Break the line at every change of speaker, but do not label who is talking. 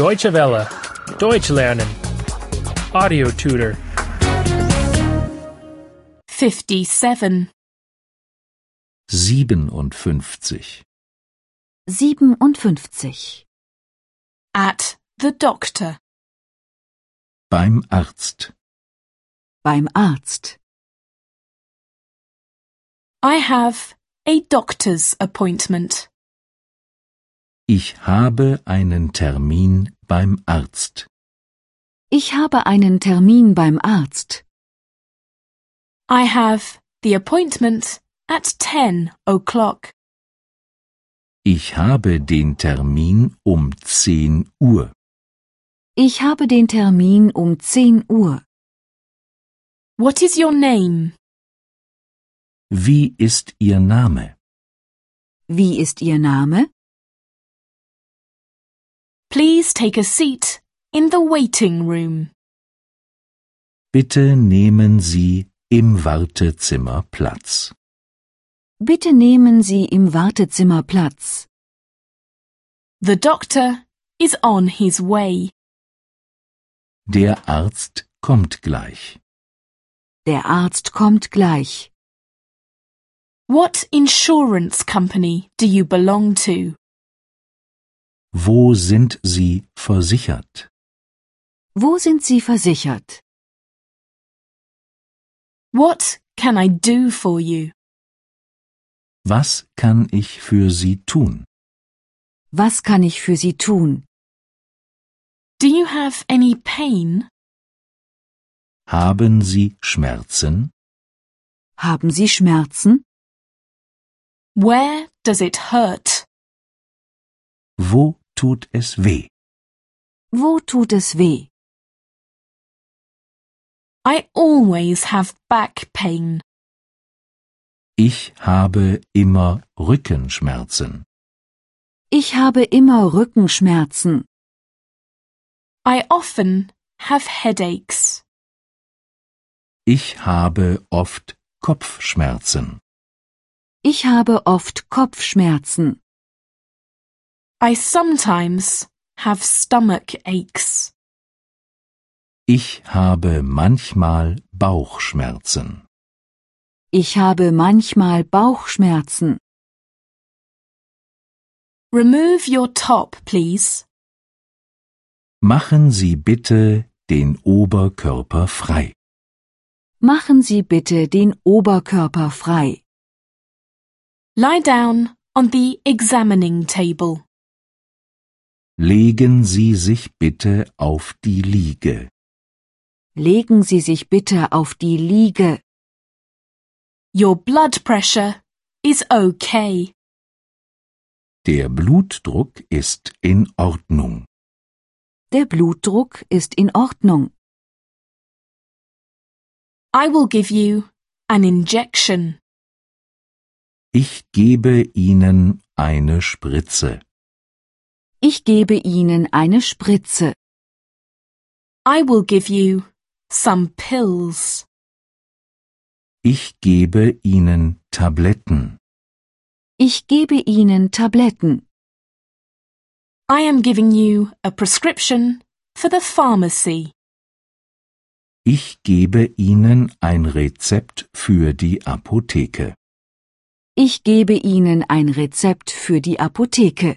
Deutsche Welle. Deutsch lernen. Audio tutor.
57.
57.
57.
At the doctor.
Beim Arzt.
Beim Arzt.
I have a doctor's appointment.
Ich habe einen Termin beim Arzt.
Ich habe einen Termin beim Arzt.
I have the appointment at 10 o'clock.
Ich habe den Termin um 10 Uhr.
Ich habe den Termin um 10 Uhr.
What is your name?
Wie ist Ihr Name?
Wie ist Ihr Name?
Please take a seat in the waiting room.
Bitte nehmen Sie im Wartezimmer Platz.
Bitte nehmen Sie im Wartezimmer Platz.
The doctor is on his way.
Der Arzt kommt gleich.
Der Arzt kommt gleich.
What insurance company do you belong to?
Wo sind Sie versichert?
Wo sind Sie versichert?
What can I do for you?
Was kann ich für Sie tun?
Was kann ich für Sie tun?
Do you have any pain?
Haben Sie Schmerzen?
Haben Sie Schmerzen?
Where does it hurt?
Wo tut es weh?
Wo tut es weh?
I always have back pain.
Ich habe immer Rückenschmerzen.
Ich habe immer Rückenschmerzen.
I often have headaches.
Ich habe oft Kopfschmerzen.
Ich habe oft Kopfschmerzen.
I sometimes have stomach aches.
Ich habe manchmal Bauchschmerzen.
Ich habe manchmal Bauchschmerzen.
Remove your top, please.
Machen Sie bitte den Oberkörper frei.
Machen Sie bitte den Oberkörper frei.
Lie down on the examining table.
Legen Sie sich bitte auf die Liege.
Legen Sie sich bitte auf die Liege.
Your blood pressure is okay.
Der Blutdruck ist in Ordnung.
Der Blutdruck ist in Ordnung.
I will give you an injection.
Ich gebe Ihnen eine Spritze.
Ich gebe Ihnen eine Spritze.
I will give you some pills.
Ich gebe Ihnen Tabletten.
Ich gebe Ihnen Tabletten.
I am giving you a prescription for the pharmacy.
Ich gebe Ihnen ein Rezept für die Apotheke.
Ich gebe Ihnen ein Rezept für die Apotheke.